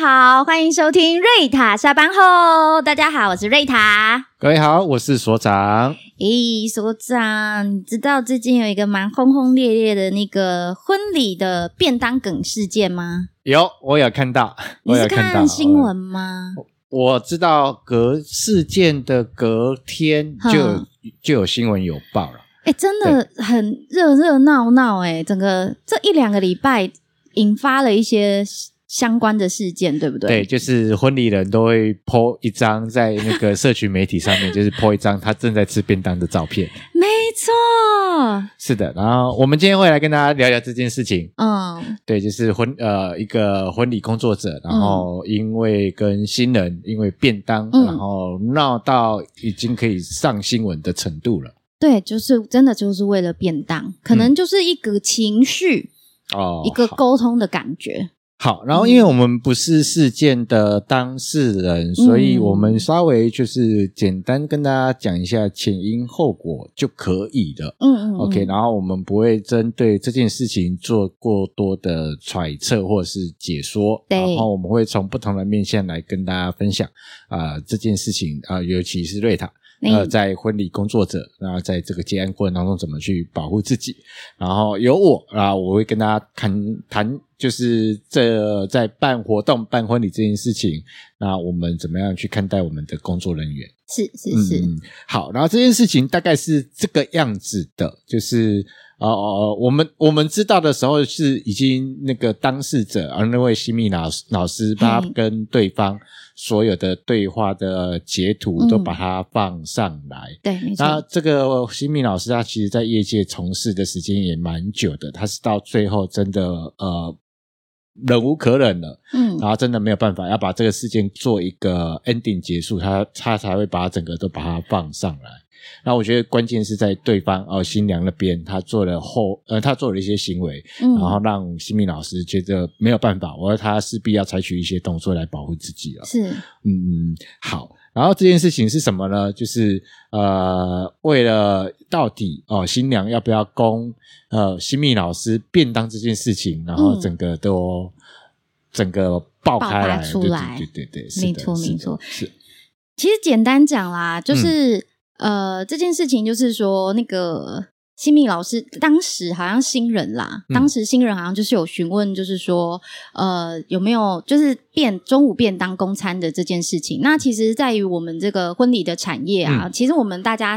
好，欢迎收听瑞塔下班后。大家好，我是瑞塔。各位好，我是所长。咦，所长，你知道最近有一个蛮轰轰烈烈的那个婚礼的便当梗事件吗？有，我有看到，你我是有到看新闻吗？我。我知道隔事件的隔天哼就有就有新闻有报了，哎、真的很热热闹闹哎，整个这一两个礼拜引发了一些相关的事件，对不对？对，就是婚礼人都会 po 一张在那个社群媒体上 面，就是 po 一张他正在吃便当的照片。没错，是的，然后我们今天会来跟大家聊聊这件事情。嗯对，就是婚呃一个婚礼工作者，然后因为跟新人因为便当，嗯然后闹到已经可以上新闻的程度了。对，就是真的就是为了便当，可嗯能就是一个情绪，哦，一个好沟通的感觉。好，然后因为我们不是事件的当事人，所以我们稍嗯微就是简单跟大家讲一下前因后果就可以了。嗯嗯 OK，嗯然后我们不会针对这件事情做过多的揣测或是解说，对然后我们会从不同的面向来跟大家分享啊、这件事情啊、尤其是瑞塔。呃，嗯在婚礼工作者，然后在这个接案过程当中怎么去保护自己，然后有我啊，我会跟大家谈谈，就是这在办活动、办婚礼这件事情，那我们怎么样去看待我们的工作人员？是是是，嗯，好，然后这件事情大概是这个样子的，就是呃呃，我们我们知道的时候是已经那个当事者，而那位西米老师老师他嘿跟对方所有的对话的截图都嗯把它放上来。对，没那错，这个新民老师，他其实在业界从事的时间也蛮久的，他是到最后真的呃忍无可忍了，嗯然后真的没有办法要把这个事件做一个 ending 结束，他他才会把整个都把它放上来。那我觉得关键是在对方哦、呃新娘那边，他做了后呃他做了一些行为，嗯，然后让新民老师觉得没有办法，我要他势必要采取一些动作来保护自己了。是嗯，好。然后这件事情是什么呢？就是呃，为了到底哦、新娘要不要供呃新密老师便当这件事情，然后嗯整个都、整个爆爆开发来，出对来对对对对，是没的错是没的错是其实简单讲啦，嗯就是、呃，这件事情就是说，那个新密老师当时好像新人啦，嗯当时新人好像就是有询问，就是说呃有没有就是便中午便当公餐的这件事情。那其实在于我们这个婚礼的产业啊，其实我们大家。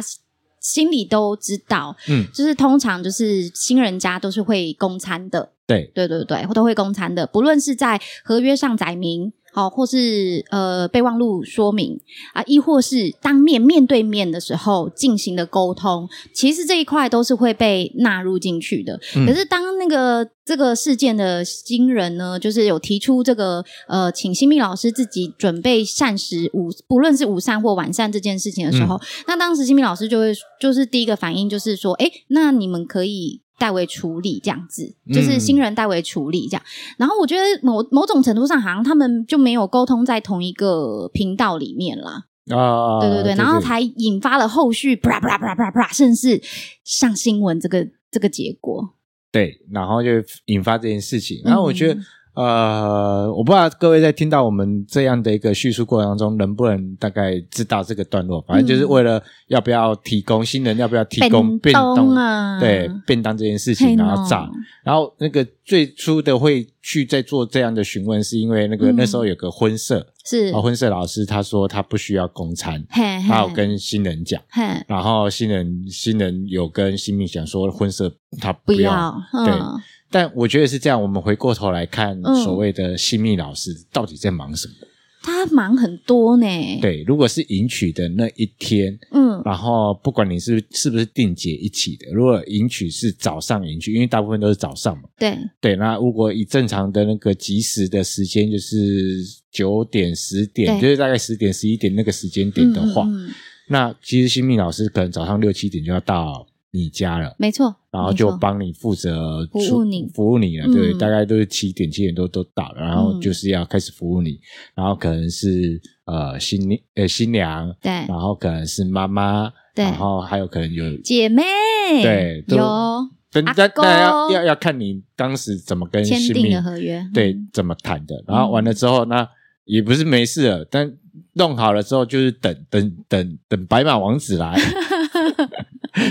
心里都知道，嗯，就是通常就是新人家都是会供餐的，对，对对对，都会公餐的，不论是在合约上载明，好、或是呃备忘录说明啊，亦或是当面面对面的时候进行的沟通，其实这一块都是会被纳入进去的。嗯可是当那个这个事件的新人呢，就是有提出这个呃，请新密老师自己准备膳食午，不论是午膳或晚膳这件事情的时候，那当时新密老师就会就是第一个反应就是说，哎，那你们可以。代为处理这样子，就是嗯新人代为处理这样。然后我觉得某某种程度上，好像他们就没有沟通在同一个频道里面啦。啊，对对对，然后才引发了后续啪啦啪啦啪啦啪啦啪啦，甚至上新闻这个这个结果。对，然后就引发这件事情。嗯然后我觉得，呃，我不知道各位在听到我们这样的一个叙述过程当中，能不能大概知道这个段落？反正嗯就是为了要不要提供新人要不要提供便东当，啊，对便当这件事嘿喏，情，然后炸。然后那个最初的会去在做这样的询问，是因为那个、嗯那时候有个婚社，是啊、婚社老师他说他不需要公餐，嘿，嘿他有跟新人讲。嘿然后新人新人有跟新密讲说，婚社他不不要，对嗯，但我觉得是这样，我们回过头来看嗯所谓的新密老师到底在忙什么？他忙很多呢，，对，如果是迎娶的那一天，嗯，然后不管你是是不是定节一起的，如果迎娶是早上迎娶，因为大部分都是早上嘛。对，嗯对，那如果以正常的那个及时的时间，就是九点、十点，对就是大概十点、十一点那个时间点的话，嗯嗯嗯那其实新密老师可能早上六七点就要到你家了。没错，然后没就错帮你负责服务出你服务你了，嗯对，大概都是七点七点多都到了，然后嗯就是要开始服务你，然后可能是呃新娘呃新娘，对然后可能是妈妈，对啊然后还有可能有姐妹，对都有但阿但公但要要要看你当时怎么跟签新订密了合约， 对嗯怎么谈的，然后完了之后那。也不是没事了，但弄好了之后就是等等等等白马王子来，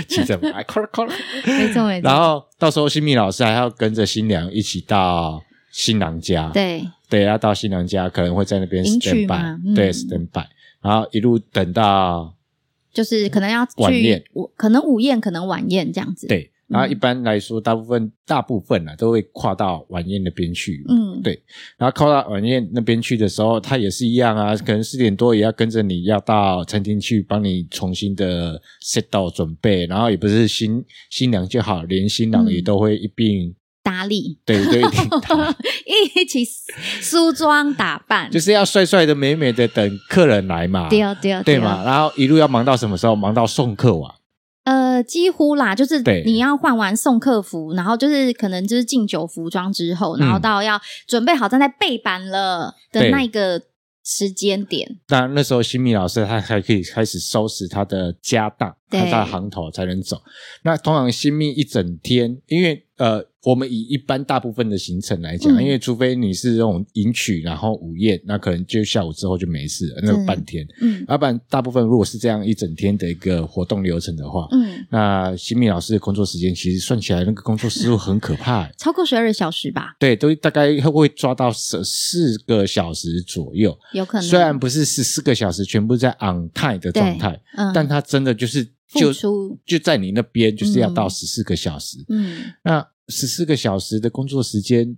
骑着 马，快了快了。没错没错。然后到时候新密老师还要跟着新娘一起到新郎家，对，对，要到新娘家可能会在那边迎 stand 娶 by，、嘛嗯对，stand by，然后一路等到就是可能要去晚宴我可能午宴，可能晚宴这样子。，对，然后嗯一般来说，大部分大部分啊都会跨到晚宴那边去，嗯，对然后靠到晚宴那边去的时候，他也是一样啊，可能四点多也要跟着你要到餐厅去帮你重新的 set 到准备，然后也不是新新娘就好，连新郎也嗯都会一并、打理，对对对， 打一起梳妆打扮，就是要帅帅的、美美的等客人来嘛，对啊对啊对啊嘛，然后一路要忙到什么时候？忙到送客完，呃，几乎啦，就是对你要换完送客服，然后就是可能就是敬酒服装之后，然后嗯到要准备好站在背板了的对那一个时间点，那那时候新米老师他才可以开始收拾他的家当，对他的行头才能走。那通常新密一整天，因为呃，我们以一般大部分的行程来讲，嗯因为除非你是那种迎娶，然后午宴，那可能就下午之后就没事了，那嗯个半天。啊嗯要不然，大部分如果是这样一整天的一个活动流程的话，嗯，。那新密老师的工作时间其实算起来，那个工作时数很可怕、欸超过十二小时吧，对，都大概会抓到十四个小时左右。有可能。虽然不是十四个小时全部在 on time 的状态，嗯，但他真的就是付就出就在你那边，就是要到嗯十四个小时。嗯，那十四个小时的工作时间，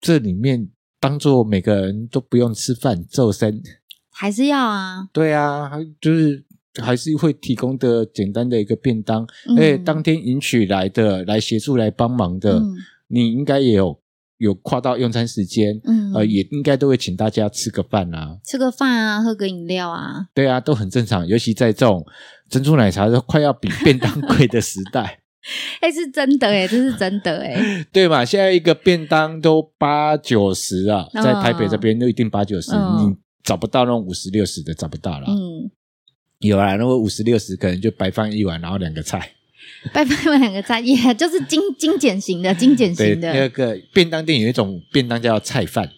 这里面当做每个人都不用吃饭，瘦身。还是要啊，对啊，还就是还是会提供的简单的一个便当，嗯而且哎当天迎娶来的、来协助来帮忙的，嗯你应该也有有跨到用餐时间，嗯，呃，也应该都会请大家吃个饭啊。吃个饭啊，喝个饮料啊，对啊，都很正常，尤其在这种珍珠奶茶都快要比 便当贵的时代，哎，是真 的哎，这是真的哎，对嘛？现在一个便当都八九十啊，嗯在台北这边都一定八九十，嗯你找不到那种五十六十的，找不到啦。嗯，有啊，那五十六十可能就白饭一碗，然后两个菜。拜拜，我两个在，也就是精精简型的，精简对，型那的，个便当店有一种便当叫菜饭，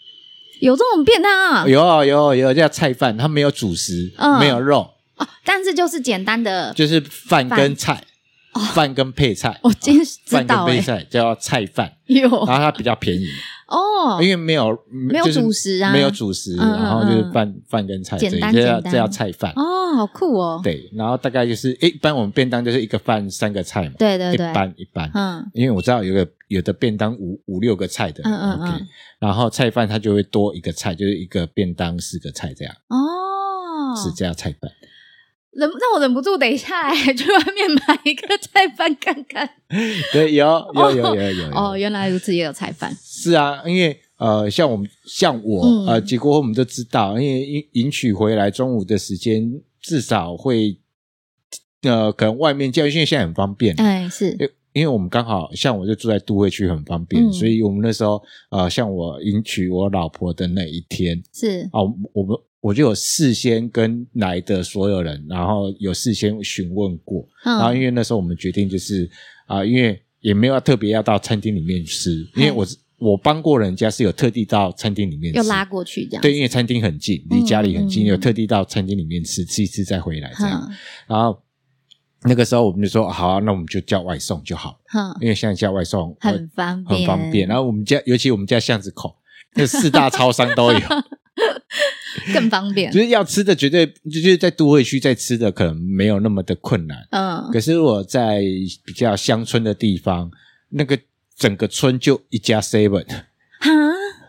有这种便当啊，有啊有啊有啊叫菜饭，它没有主食，嗯没有肉，哦，但是就是简单的，就是饭跟饭哦菜， 饭跟配菜。啊我今天知饭道跟哎、配菜叫菜饭，有然后它比较便宜。哦因，为没有没有主食啊没有主食，嗯嗯然后就是嗯饭饭跟菜，简这单这叫简单这叫菜饭。哦，好酷哦，对，然后大概就是，诶一般我们便当就是一个饭三个菜嘛，对对一对，般一般。嗯因为我知道有个有的便当五五六个菜的，嗯嗯 o k 嗯然后菜饭它就会多一个菜，就是一个便当四个菜这样，哦，是这样菜饭。忍让我忍不住，等一下、哎， 去外面买一个菜饭看哎看。对，有有有有有有哦，原来如此，也有菜饭。是啊，因为呃，像我们像我、嗯呃，结果我们都知道，因为迎迎娶回来中午的时间至少会呃，可能外面叫，因为现在很方便。哎，是，因因为我们刚好像我就住在都会区，很方便，嗯所以我们那时候呃，像我迎娶我老婆的那一天是，啊，我我们我就有事先跟来的所有人，然后有事先询问过，然后因嗯，为那时候我们决定就是啊、因为也没有要特别要到餐厅里面吃，因为我是我帮过人家是有特地到餐厅里面吃又拉过去这样。对，因为餐厅很近，离家里很嗯嗯近，嗯有特地到餐厅里面吃，吃一次再回来这样。哼然后那个时候我们就说好啊、那我们就叫外送就好了，哼，因为现在叫外送嗯很方呃便，很方便。然后我们家，尤其我们家巷子口。那四大超商 都有，更方便就。是要吃的绝对就是在都会区在吃的可能没有那么的困难，嗯，可是我在比较乡村的地方，那个整个村就一家 seven，哈，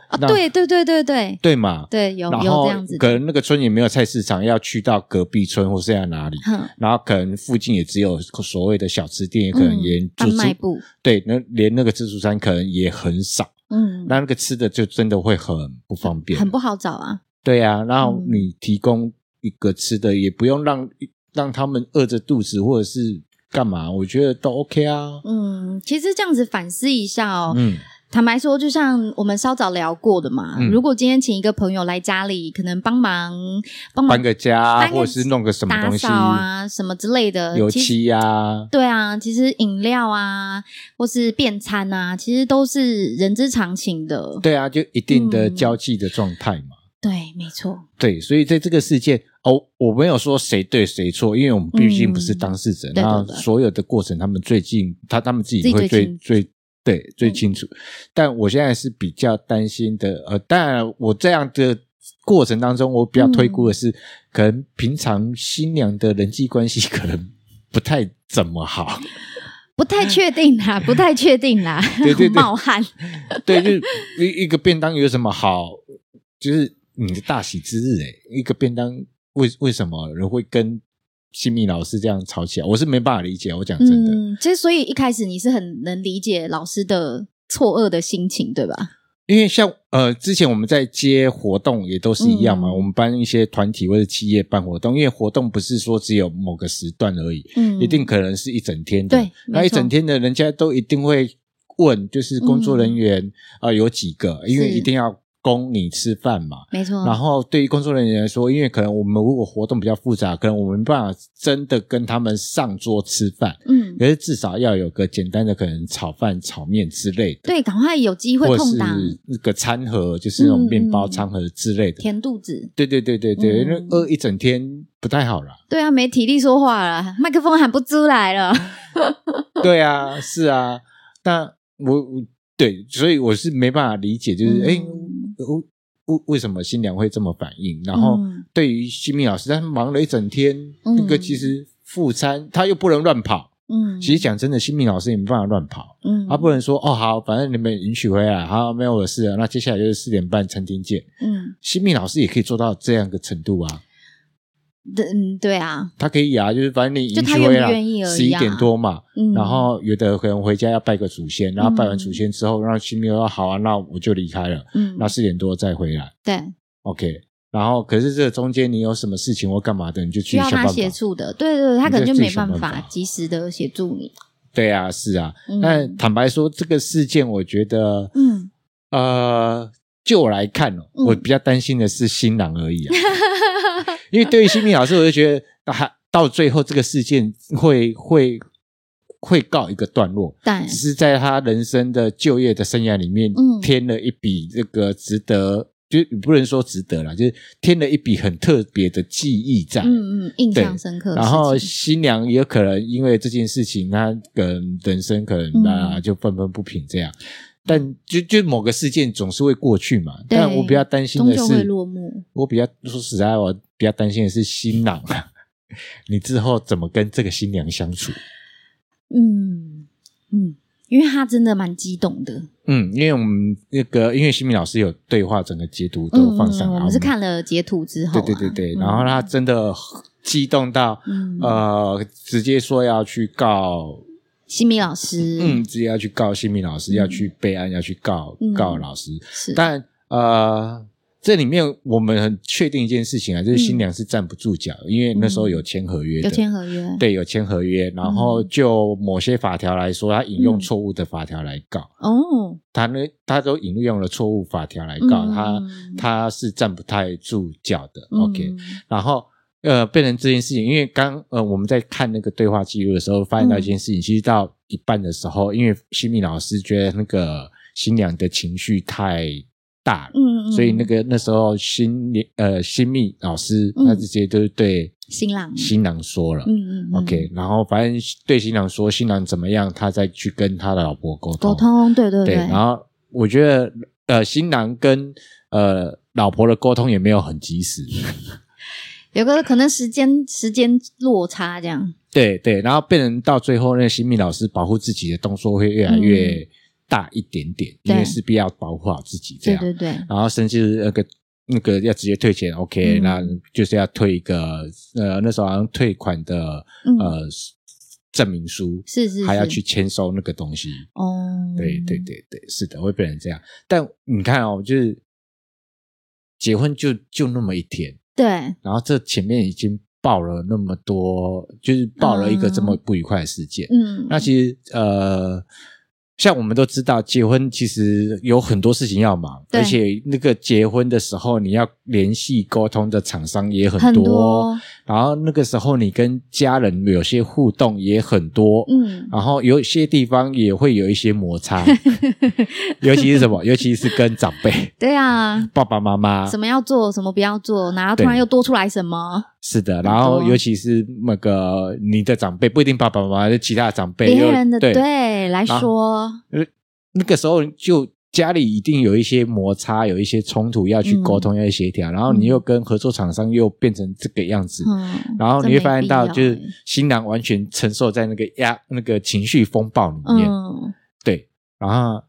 哦，那对对对对对对嘛？对，有然有后这样子可的。能那个村也没有菜市场，要去到隔壁村或是要哪 里，哼，然后可能附近也只有所谓的小吃店，也可能嗯连贩自助、卖部，对，那连那个自助餐可能也很少，嗯，那那个吃的就真的会很不方便，很不好找啊。对啊，然后嗯你提供一个吃的，也不用让让他们饿着肚子或者是干嘛，我觉得都 OK 啊，嗯，其实这样子反思一下哦，嗯坦白说，就像我们稍早聊过的嘛，嗯如果今天请一个朋友来家里，可能帮忙帮忙搬个家，嗯啊搬个或者是弄个什么打东西扫，啊什么之类的，油其实漆啊，对啊，其实饮料啊，或是便餐啊，其实都是人之常情的。对啊，就一定的嗯交际的状态嘛。对，没错，对，所以在这个事件，哦，我没有说谁对谁错，因为我们毕竟不是当事者，嗯对那对对所有的过程，他们最近他他们自己自己会最嗯最最对最清楚。但我现在是比较担心的，呃，当然我这样的过程当中，我比较推估的是，嗯可能平常新娘的人际关系可能不太怎么好。不太确定 啦，不太确定啦，对对对冒汗，对，就是一一个便当有什么好？就是你的大喜之日哎、一个便当为为什么人会跟新密老师这样吵起来？我是没办法理解，我讲真的，嗯，其实所以一开始你是很能理解老师的错愕的心情，对吧？因为像呃之前我们在接活动也都是一样嘛，嗯我们帮一些团体或者企业办活动，因为活动不是说只有某个时段而已，嗯，一定可能是一整天的。对那没一错整天的，人家都一定会问，就是工作人员啊、呃有几个，因为嗯是一定要供你吃饭嘛。没错，然后对于工作人员来说，因为可能我们如果活动比较复杂，可能我们没办法真的跟他们上桌吃饭，嗯，可是至少要有个简单的可能炒饭、炒面之类的，对，赶快有机会或空档是那个餐盒，就是那种面包嗯嗯餐盒之类的。填肚子，对对对对对，嗯因为饿一整天不太 好啦。对啊，没体力说话了，麦克风喊不出来了，对啊，是啊，那我我对，所以我是没办法理解，就是嗯哎，我为为什么新娘会这么反应？然后嗯对于新密老师，他忙了一整天，嗯那个其实副餐他又不能乱跑。嗯，其实讲真的，新密老师也没办法乱跑，嗯，他不能说哦好，反正你们允许回来，啊好没有我的事了，那接下来就是四点半餐厅见。嗯，新密老师也可以做到这样的程度啊，对，嗯，对啊，他可以啊，就是反正你就允他许愿不回来愿意而十已一啊点多嘛，嗯，然后有的可能回家要拜个祖先，然后拜完祖嗯先之后，让新密说好啊，那我就离开了，嗯，那四点多再回来对， ，OK。然后可是这中间你有什么事情或干嘛的，你就去需要想办他法。协助的，对对对，他你可能再就自己没想办办法法及时的协助你，对啊，是啊。嗯但坦白说，这个事件我觉得，嗯，呃，就我来看哦，嗯我比较担心的是新郎而已啊， 因为对于新密老师，我就觉得啊，到最后这个事件会会会告一个段落，但只是在他人生的就业的生涯里面，嗯添了一笔这个值得，就是不能说值得啦，就是添了一笔很特别的记忆在。嗯嗯，印对象深刻的事情，然后新娘也有可能因为这件事情，她可能人生可能嗯啊就愤愤不平这样。但就就某个事件总是会过去嘛。对但我比较担心终的究会是，落幕，我比较说实在，我比较担心的是新郎，啊 你之后怎么跟这个新娘相处？嗯嗯，因为他真的蛮激动的，嗯，因为我们那个音乐新民老师有对话，整个截图嗯，都放上来。我们是看了截图之后对啊，对对对，嗯然后他真的激动到、嗯呃，直接说要去告，西米老师，嗯，直接要去告新民老师，嗯要去备案，要去告、嗯告老师。是，但呃，这里面我们很确定一件事情啊，就是嗯新娘是站不住脚，因为那时候有签合约的，有签合约，对，有签合约。然后嗯就某些法条来说，他引用嗯错误的法条来告。哦，他呢，他都引用了错误法条来告、嗯他，他是站不太住脚的。嗯 OK，然后呃，变成这件事情，因为刚呃我们在看那个对话记录的时候，发现到一件事情，其实到一半的时候，因为西米老师觉得那个新娘的情绪太大了。嗯，嗯所以那个那时候新娘呃新密老师，呃他嗯直接就是对新郎，新郎说了、嗯嗯嗯 o k 然后反正对新郎说新郎怎么样，他再去跟他的老婆沟沟通，对对对，然后我觉得呃，新郎跟呃老婆的沟通也没有很及时，有个可能时间时间落差这样，对对，然后变成到最后，那个新密老师保护自己的动作会越来越大一点点，因为嗯对势必要保护好自己这对样，对对，然后甚至那个。那个要直接退钱，OK，、嗯那就是要退一个呃，那时候好像退款的、嗯呃证明书，是是，还要是去签收那个东西。哦，对对，对对，是的，会变成这样。但你看哦，就是结婚就就那么一天，对，然后这前面已经爆了那么多，就是爆了一个这么不愉快的事件。嗯，那其实呃，像我们都知道，结婚其实有很多事情要忙，对而且那个结婚的时候，你要联系沟通的厂商也很很多，多然后那个时候你跟家人有些互动也很多，嗯，然后有些地方也会有一些摩擦，尤其是什么？尤 其是跟长辈、 对啊，爸爸妈妈。什么要做，什么不要做，然后突对然又多出来什么，是的，多啊然后尤其是那个你的长辈，不一定爸爸妈妈，就其他的长辈又，别人的对，对来说，那个时候就家里一定有一些摩擦，有一些冲突要去沟通，嗯要去协调，然后你又跟合作厂商又变成这个样子，嗯，然后这你会没发现必到要就是欸新郎完全承受在那个压那个情绪风暴里面，嗯，对，然后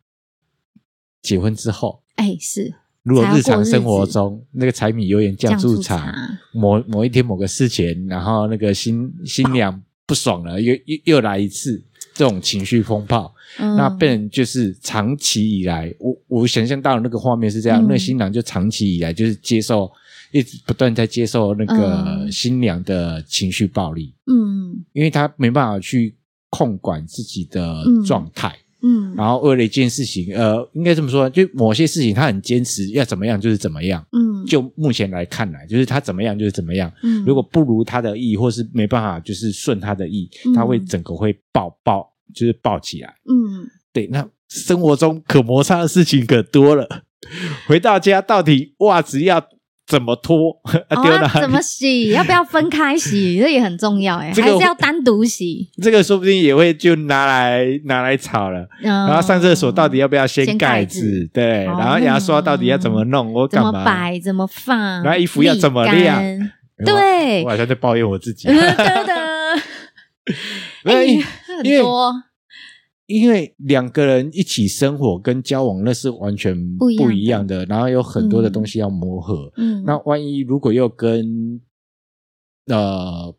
结婚之后。哎，是如果才要日常过日生活子中那个柴米油盐酱醋茶，某某一天某个事情，然后那个新新娘不爽了，又又又来一次这种情绪风暴，嗯，那变成就是长期以来，我我想象到的那个画面是这样，嗯那新郎就长期以来就是接受，一直不断在接受那个嗯新娘的情绪暴力，嗯因为他没办法去控管自己的嗯状态，嗯然后为了一件事情，呃，应该这么说，就某些事情他很坚持要怎么样就是怎么样。嗯，就目前来看来，就是他怎么样就是怎么样，嗯如果不如他的意，或是没办法就是顺他的意，嗯他会整个会爆爆，就是爆起来。嗯对，那生活中可摩擦的事情可多了。回到家到底袜子要怎么脱？ 啊哦丢啊哪里怎么洗？要不要分开洗？这也很重要哎，这还个是要单独洗？这个说不定也会就拿来拿来炒了。 然然后上厕所到底要不要掀哦掀盖盖子？子对，哦然后牙刷到底要怎么弄？我嗯怎干么嘛？摆？怎么放？然后衣服要怎么晾沥干？我对呃我，好像在抱怨 我自己。噔 噔，没哎有因为 很因为多，因为两个人一起生活跟交往那是完全不一样的不一样的，然后有很多的东西要磨合。嗯，那万一如果又跟呃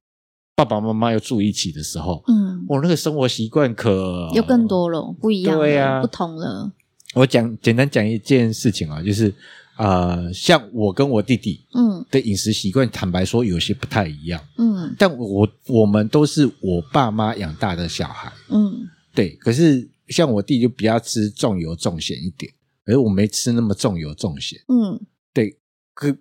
爸爸妈妈又住一起的时候，哦嗯，我、那个生活习惯可有更。多了，不一样了，哦对啊不同了，我讲简单讲一件事情啊，就是呃，像我跟我弟弟嗯的饮食习惯，坦白说有些不太一样，嗯但我我们都是我爸妈养大的小孩。嗯对，可是像我弟就比较吃重油重咸一点，可是我没吃那么重油重咸。嗯，对，可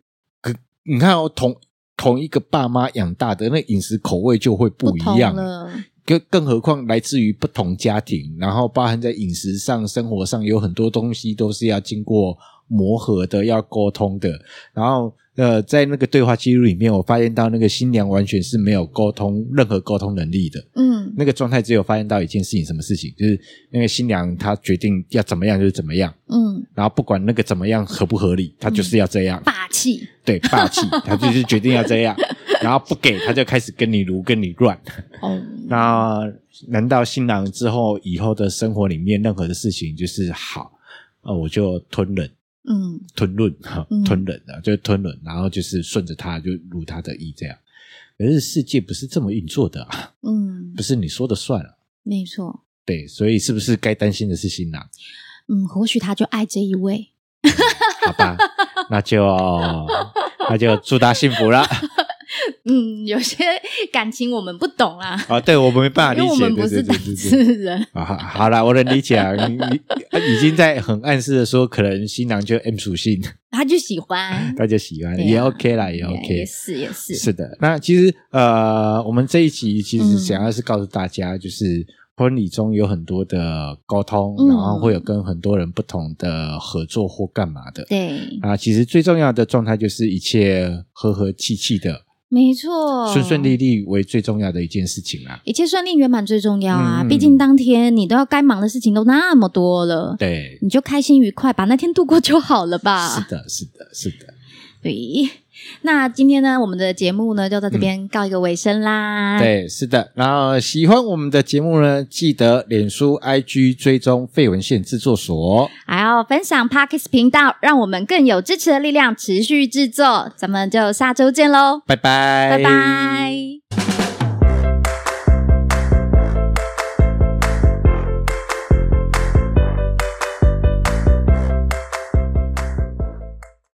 可你看哦，同同一个爸妈养大的那饮食口味就会不一同样，了，更更何况来自于不同家庭，然后包含在饮食上、生活上有很多东西都是要经过磨合的，要沟通的。然后呃，在那个对话记录里面，我发现到那个新娘完全是没有沟通任何沟通能力的。嗯那个状态只有发现到一件事情，什么事情？就是那个新娘她决定要怎么样就是怎么样，嗯，然后不管那个怎么样合不合理，她就是要这样， 霸气，对，霸气，她就是决定要这样，然后不给她就开始跟你撸跟你乱。哦， 那难道新郎之后以后的生活里面任何的事情就是好，呃，我就吞忍嗯吞论哈嗯，吞忍啊，就是吞忍，然后就是顺着他就如他的意这样。可是世界不是这么运作的、啊，嗯不，是你说的算啊。没错，对，所以是不是该担心的是新郎？嗯，或许他就爱这一位，好吧，那就那就祝他幸福啦。嗯，有些感情我们不懂啦，啊，对我们没办因法为理我们解，对不是对对当对事对。人，啊，好好啦，我能理解啊，你你已经在很暗示的说，可能新郎就 M 属性，他就喜欢，大家喜欢、对啊也 OK 啦，也也 OK，也是也是，是的，那其实呃，我们这一集其嗯实想要是告诉大家，就是婚礼中有很多的沟通，嗯然后会有跟很多人不同的合作或干嘛的。对，啊，其实最重要的状态就是一切和和气气的，没错，顺顺利利为最重要的一件事情啦。一切顺利圆满最重要啊！嗯嗯毕竟当天你都要该忙的事情都那么多了，对，你就开心愉快，把那天度过就好了吧 是。的，是的，是的，对，那今天呢，我们的节目呢就到这边告一个尾声啦。，对，是的。然后喜欢我们的节目呢，记得脸书、IG 追踪费文献制作所。还要分享 Parkes 频道，让我们更有支持的力量，持续制作。咱们就下周见喽，拜拜，拜拜